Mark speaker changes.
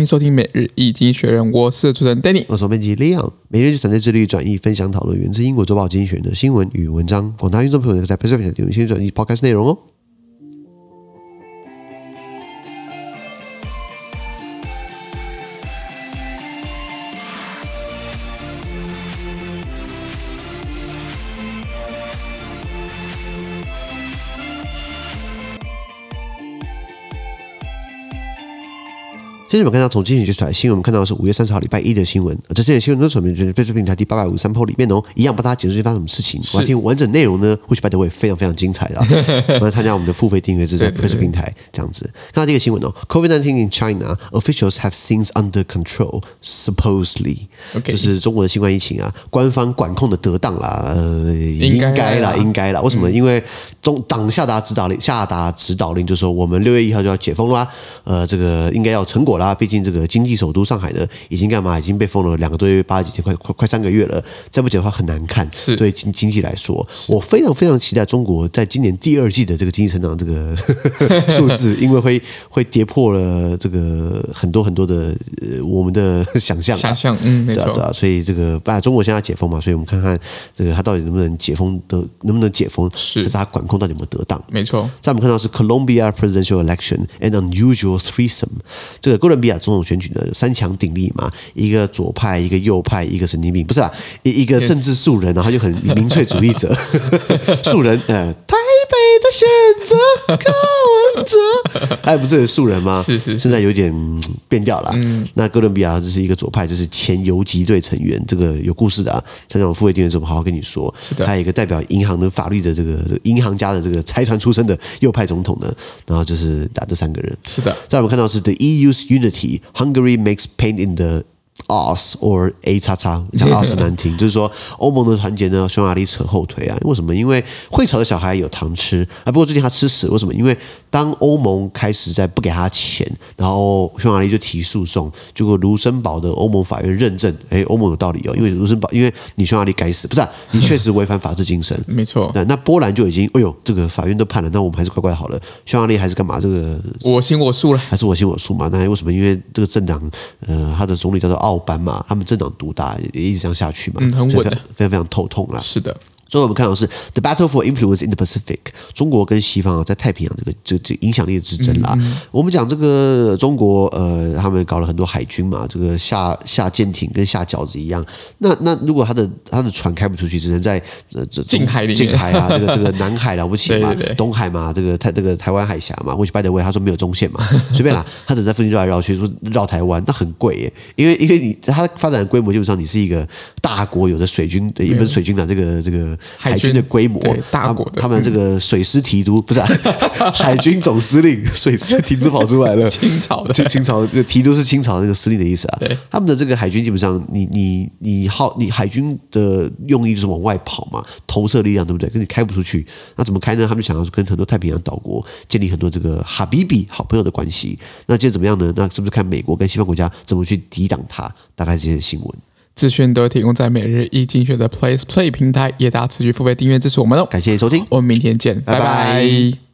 Speaker 1: 欢迎收听每日易经学人，我是主持人 Danny。
Speaker 2: 我是总编辑 Leon，每日就团队致力于转译、分享、讨论源自英国《周报》精选的新闻与文章。广大听众朋友在 p e r s e v e 有先转译 Podcast 内容哦。今天我们看到从精选就出来的新闻，我们看到的是五月三十号礼拜一的新闻，而这些新闻都是我们 p e r s e v 平台第八百五十三 p 里面哦，一样帮大家解释发生什么事情。我要听完整内容呢，或许拜的会非常非常精彩的、啊。我们参加我们的付费订阅制在 p e r s e v 平台这样子。看到这个新闻哦，COVID-19 in China officials have things under control supposedly，、
Speaker 1: OK
Speaker 2: 就是中国的新冠疫情啊，官方管控的得当啦，呃，
Speaker 1: 应
Speaker 2: 应
Speaker 1: 该啦嗯
Speaker 2: 该啦，应该啦。为什么？因为中党下达指导令，下达指导令就说我们六月一号就要解封啦，呃，这个应该要有成果啦。毕竟这个经济首都上海呢，已经干嘛？已经被封了两个多月，八十几天，快快快三个月了。再不解的话很难看，
Speaker 1: 是
Speaker 2: 对经经济来说，我非常非常期待中国在今年第二季的这个经济成长这个 数字，因为会会跌破了这个很多很多的、呃、我们的想象啊，
Speaker 1: 想象，嗯，没
Speaker 2: 对啊，对
Speaker 1: 错，
Speaker 2: 啊，所以这个啊，中国现在解封嘛，所以我们看看这个它到底能不能解封的，能不能解封，
Speaker 1: 是
Speaker 2: 可是它管控到底有没有得当？
Speaker 1: 没错，
Speaker 2: 在我们看到是 Colombia presidential election an unusual threesome，这个哥伦比亚总统选举的三强鼎立嘛，一个左派，一个右派，一个神经病，不是啦，一一个政治素人，然后就很民粹主义者， 素人，呃，台北的选择柯文哲， 哎，不是素人吗？
Speaker 1: 是是是
Speaker 2: 现在有点嗯变调了。那哥伦比亚就是一个左派，就是前游击队成员，这个有故事的啊。参加我们付费订阅之后，我们好好跟你说。
Speaker 1: 的
Speaker 2: 还有一个代表银行的法律的这个这个银行家的这个财团出身的右派总统呢，然后就是打这三个人。
Speaker 1: 是的，
Speaker 2: 再来我们看到是 The EU's unity, Hungary makes pain in the ass or a 叉叉，讲 ass 很难听，就是说欧盟的团结呢，匈牙利扯后腿啊。为什么？因为会吵的小孩有糖吃啊。不过最近他吃屎，为什么？因为当欧盟开始在不给他钱，然后匈牙利就提诉讼，结果卢森堡的欧盟法院认证，哎，欧盟有道理哦，因为卢森堡，因为你匈牙利该死，不是、啊、你确实违反法治精神，
Speaker 1: 没错。
Speaker 2: 那那波兰就已经，哎呦，这个法院都判了，那我们还是乖乖好了。匈牙利还是干嘛？这个
Speaker 1: 我行我素了，
Speaker 2: 还是我行我素嘛？那为什么？因为这个政党，呃，他的总理叫做奥班嘛，他们政党独大，也一直这样下去嘛，
Speaker 1: 嗯很稳
Speaker 2: 所以
Speaker 1: 的
Speaker 2: 非常非常非常头痛啦。
Speaker 1: 是 的，
Speaker 2: 最后我们看到的是 The Battle for Influence in the Pacific，中国跟西方啊在太平洋这个这这影响力的之争啦。
Speaker 1: 嗯
Speaker 2: 我们讲这个中国呃，他们搞了很多海军嘛，这个下下舰艇跟下饺子一样。那那如果他的他的船开不出去，只能在呃这
Speaker 1: 近海里面
Speaker 2: 近海啊， 这个这个南海了不起嘛，
Speaker 1: 对对对
Speaker 2: 东海嘛，这个台这个台湾海峡嘛，或许 by the way，他说没有中线嘛，随便啦，他只能在附近绕来绕去，说绕台湾，那很贵耶，因为因为你它发展的规模基本上你是一个大国，有的水军也不是水军啦，这个这个
Speaker 1: 海
Speaker 2: 海
Speaker 1: 军
Speaker 2: 军的规模
Speaker 1: 对，大国的
Speaker 2: 他们他们这个水师提督不是、啊、 海军总司令，水师提督跑出来 了，
Speaker 1: 清朝 的
Speaker 2: 清清朝这个提督是清朝那个司令的意思啊
Speaker 1: 对。
Speaker 2: 他们的这个海军基本上你，你你好，你海军的用意就是往外跑嘛，投射力量对不对？可是你开不出去，那怎么开呢？他们想要跟很多太平洋岛国建立很多这个哈比比好朋友的关系。那接着怎么样呢？那是不是看美国跟西方国家怎么去抵挡它？大概是这些新闻。
Speaker 1: 资讯都提供在每日易经学的 Place Play 平台，也大家持续付费订阅支持我们哦。
Speaker 2: 感谢收听。
Speaker 1: 我们明天见，
Speaker 2: 拜
Speaker 1: 拜
Speaker 2: 拜
Speaker 1: 拜